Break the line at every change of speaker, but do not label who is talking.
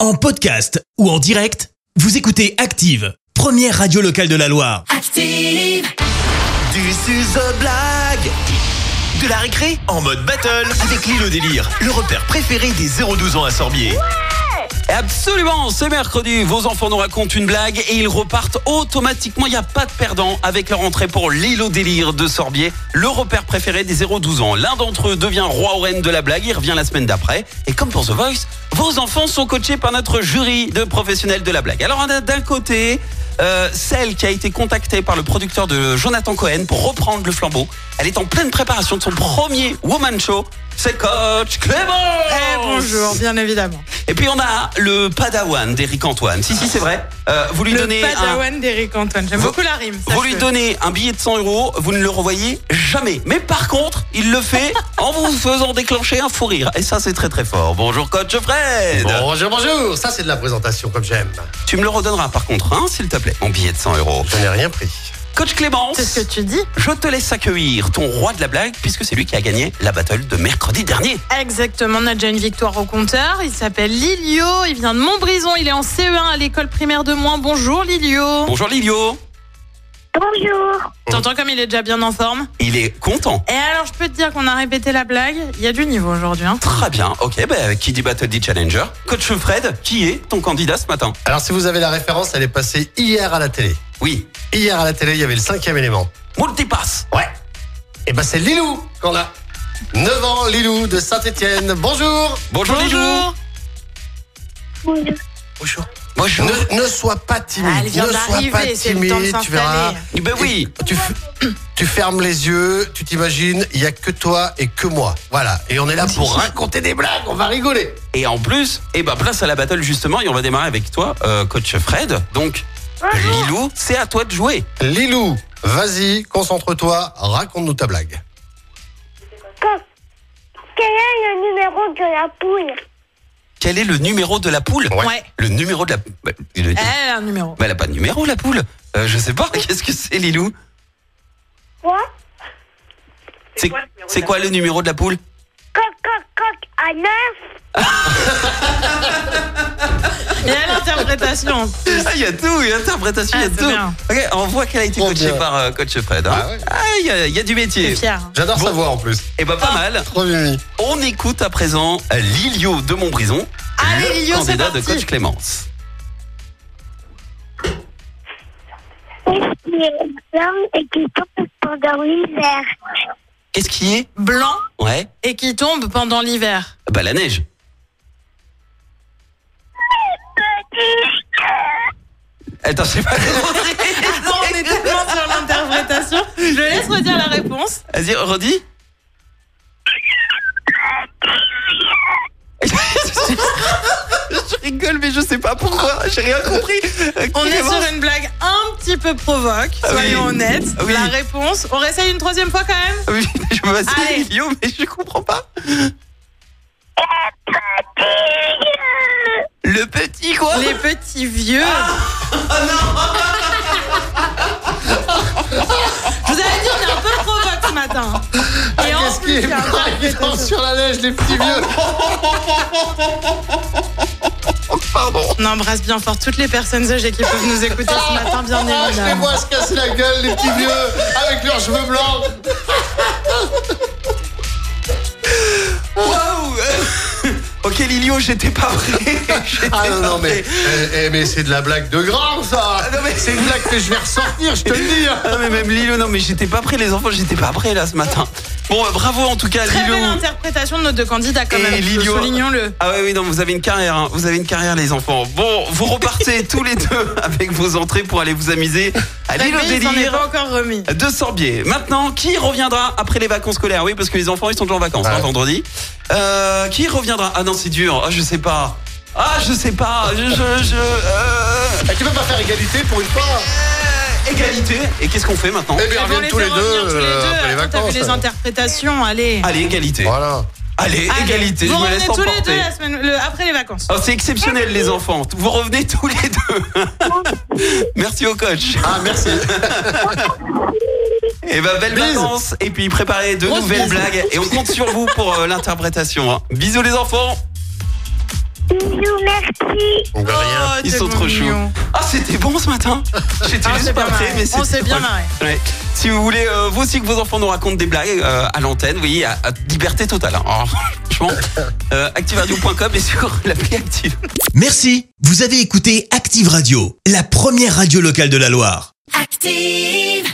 En podcast ou en direct, vous écoutez Active, première radio locale de la Loire.
Active,
Du suzo blague De la récré en mode battle avec Lilo Délire, le repère préféré des 0-12 ans à Sorbier.
Absolument, c'est mercredi, vos enfants nous racontent une blague et ils repartent automatiquement, il n'y a pas de perdant avec leur entrée pour l'île au délire de Sorbier, le repère préféré des 0-12 ans. L'un d'entre eux devient roi ou reine de la blague, il revient la semaine d'après et comme pour The Voice, vos enfants sont coachés par notre jury de professionnels de la blague. Alors on a d'un côté euh, celle qui a été contactée par le producteur de Jonathan Cohen pour reprendre le flambeau. Elle est en pleine préparation de son premier Woman Show, c'est coach Clément
Eh, bonjour, bien évidemment.
et puis on a le Padawan d'Eric Antoine. Si si c'est vrai. Euh, vous lui
Le
donnez un,
padawan d'Eric Antoine. J'aime
Vous-
beaucoup la rime.
vous lui
sache-le.
donnez un billet de 100 euros, vous ne le revoyez jamais. Mais par contre, il le fait en vous faisant déclencher un fou rire. Et ça c'est très très fort. Bonjour coach Fred.
Bonjour, bonjour. Ça, c'est de la présentation comme j'aime.
Tu me le redonneras par contre, hein, s'il te plaît. Mon billet de 100 euros.
Je n'ai rien pris.
Coach Clémence,
C'est ce que tu dis
je te laisse accueillir ton roi de la blague puisque c'est lui qui a gagné la battle de mercredi dernier.
Exactement, on a déjà une victoire au compteur. Il s'appelle Lilio, il vient de Montbrison, il est en CE1 à l'école primaire de Moins. Bonjour Lilio.
Bonjour Livio.
T'entends comme il est déjà bien en forme
Il est content.
Et alors, je peux te dire qu'on a répété la blague. Il y a du niveau aujourd'hui. hein.
Très bien, ok, bah, qui dit battle dit challenger. Coach Fred, qui est ton candidat ce matin
Alors, si vous avez la référence, elle est passée hier à la télé.
Oui.
Hier à la télé, il y avait le cinquième élément.
Multipass
Ouais. Et ben, c'est Lilou qu'on a. 9 ans, Lilou de Saint-Etienne. Bonjour.
Bonjour, Lilou.
Bonjour.
Bonjour.
Ne, ne sois pas timide.
Ah, elle vient
ne sois pas
d'arriver, c'est le temps de
timide, tu verras.
s'installer.
Ben oui.
Tu, f- tu fermes les yeux, tu t'imagines, il n'y a que toi et que moi. Voilà. Et on est là pour raconter des blagues, on va rigoler.
Et en plus, eh ben, place à la battle justement et on va démarrer avec toi, euh, coach Fred. Donc, Lilou, c'est à toi de jouer.
Lilou, vas-y, concentre-toi, raconte-nous ta blague.
Comme- Quel est le numéro de la poule
Quel est le numéro de la poule
Ouais. Euh.
Le numéro de la. Bah, il le dit.
Elle a Eh, un numéro.
Bah, elle a pas de numéro, la poule. Euh, je sais pas, qu'est-ce que c'est, Lilou
Quoi
C'est c'est quoi le numéro de la poule
Coq, coq, coq, à neuf
Et à l'interprétation.
Ah, il y a tout, il y a l'interprétation, il y
Ah,
a
c'est
tout.
bien.
Ok, on voit qu'elle a été
Trop
coachée
bien.
par euh, coach Fred. hein.
Ah ouais.
Ah, il y a- il y, a du métier.
Fier. hein.
J'adore
Bon.
sa voix en plus.
Et bah, pas mal.
Trop mimi.
On écoute à présent Lilio de Montbrison,
Allez,
le
Ah, Lilio, c'est
candidat de
parti.
coach Clémence.
Qu'est-ce qui est blanc et qui tombe pendant l'hiver
Qu'est-ce qui est
Blanc
Ouais,
et qui tombe pendant l'hiver.
bah la neige. Attends, je sais pas Ah,
Bon, on est tellement sur l'interprétation. Je laisse redire la réponse.
Vas-y, redis. je rigole, mais je sais pas pourquoi. J'ai rien compris.
On est sur une blague un petit peu provoque, soyons
oui.
honnêtes.
Ah oui.
La réponse, on réessaye une troisième fois quand même
Oui, je me
Allez.
vas-y, Lilio, mais je comprends pas. Le petit quoi
Les petits vieux.
Ah. Oh,
Je vous avais dit, on est un peu provoque ce matin.
Ah,
Et en
Qu'est-ce qui
plus, il
est
y a un
blanc qui
interprétation.
tombe sur la neige, les petits vieux
Ah,
Pardon.
On embrasse bien fort toutes les personnes âgées qui peuvent nous écouter ce matin, bien
Ah, Je les
évidemment.
vois se casser la gueule, les petits vieux, avec leurs cheveux blancs
Waouh Ok Lilio, j'étais pas prêt. J'étais
Ah non,
pas
non, mais,
prêt.
eh, eh, mais c'est de la blague de grand, ça
Ah, non, mais-
C'est une blague que je vais ressortir, je te le dis hein.
Ah, mais même Lilo, non mais j'étais pas prêt les enfants, j'étais pas prêt là ce matin. Bon, euh, bravo en tout cas
Très belle
Lilo.
interprétation de nos deux candidats quand
Et
même.
Lilio.
Soulignons-le.
Ah oui, oui, non, vous avez une carrière, hein. vous avez une carrière les enfants. Bon, vous repartez tous les deux avec vos entrées pour aller vous amuser à
La
Lilo
grille s'en est
Délire
pas encore remis.
de Sorbier. Maintenant, qui reviendra après les vacances scolaires Oui, parce que les enfants ils sont déjà en vacances hein,
Ouais.
vendredi. Euh, qui reviendra Ah non, c'est dur, ah, je sais pas. Ah, je sais pas, je... je, je euh,
Eh, Tu peux pas faire égalité pour une fois
euh, Égalité. Et qu'est-ce qu'on fait maintenant
Eh bien,
On les
reviennent tous les
fait
deux
revenir tous les
euh,
deux.
après les
Attends, t'as
vacances.
vu les interprétations, allez.
Allez, égalité.
Voilà.
Allez,
Allez,
Ah, égalité,
Vous
je me
revenez
laisse
tous les deux
emporter.
la semaine, le- après les vacances.
Oh, c'est exceptionnel les enfants, vous revenez tous les deux. Merci au coach.
Ah, merci.
Et ben belles
Bise.
vacances et puis préparez de nouvelles blagues et on compte sur vous pour euh, l'interprétation. hein. Bisous les enfants.
Bisous, merci.
On veut rien.
Oh,
Ils
t'es
sont trop
mignon.
Ah, c'était bon ce matin J'étais
Ah,
juste
c'est
pas
pas
prêt,
mal.
mais
On
c'était
s'est bien
pas mal.
marré.
Ouais. Si vous voulez, euh, vous aussi, que vos enfants nous racontent des blagues euh, à l'antenne, vous voyez, à, à liberté totale. hein. Alors, franchement, euh, activeradio.com et sur l'appli Active.
Merci. Vous avez écouté Active Radio, la première radio locale de la Loire.
Active!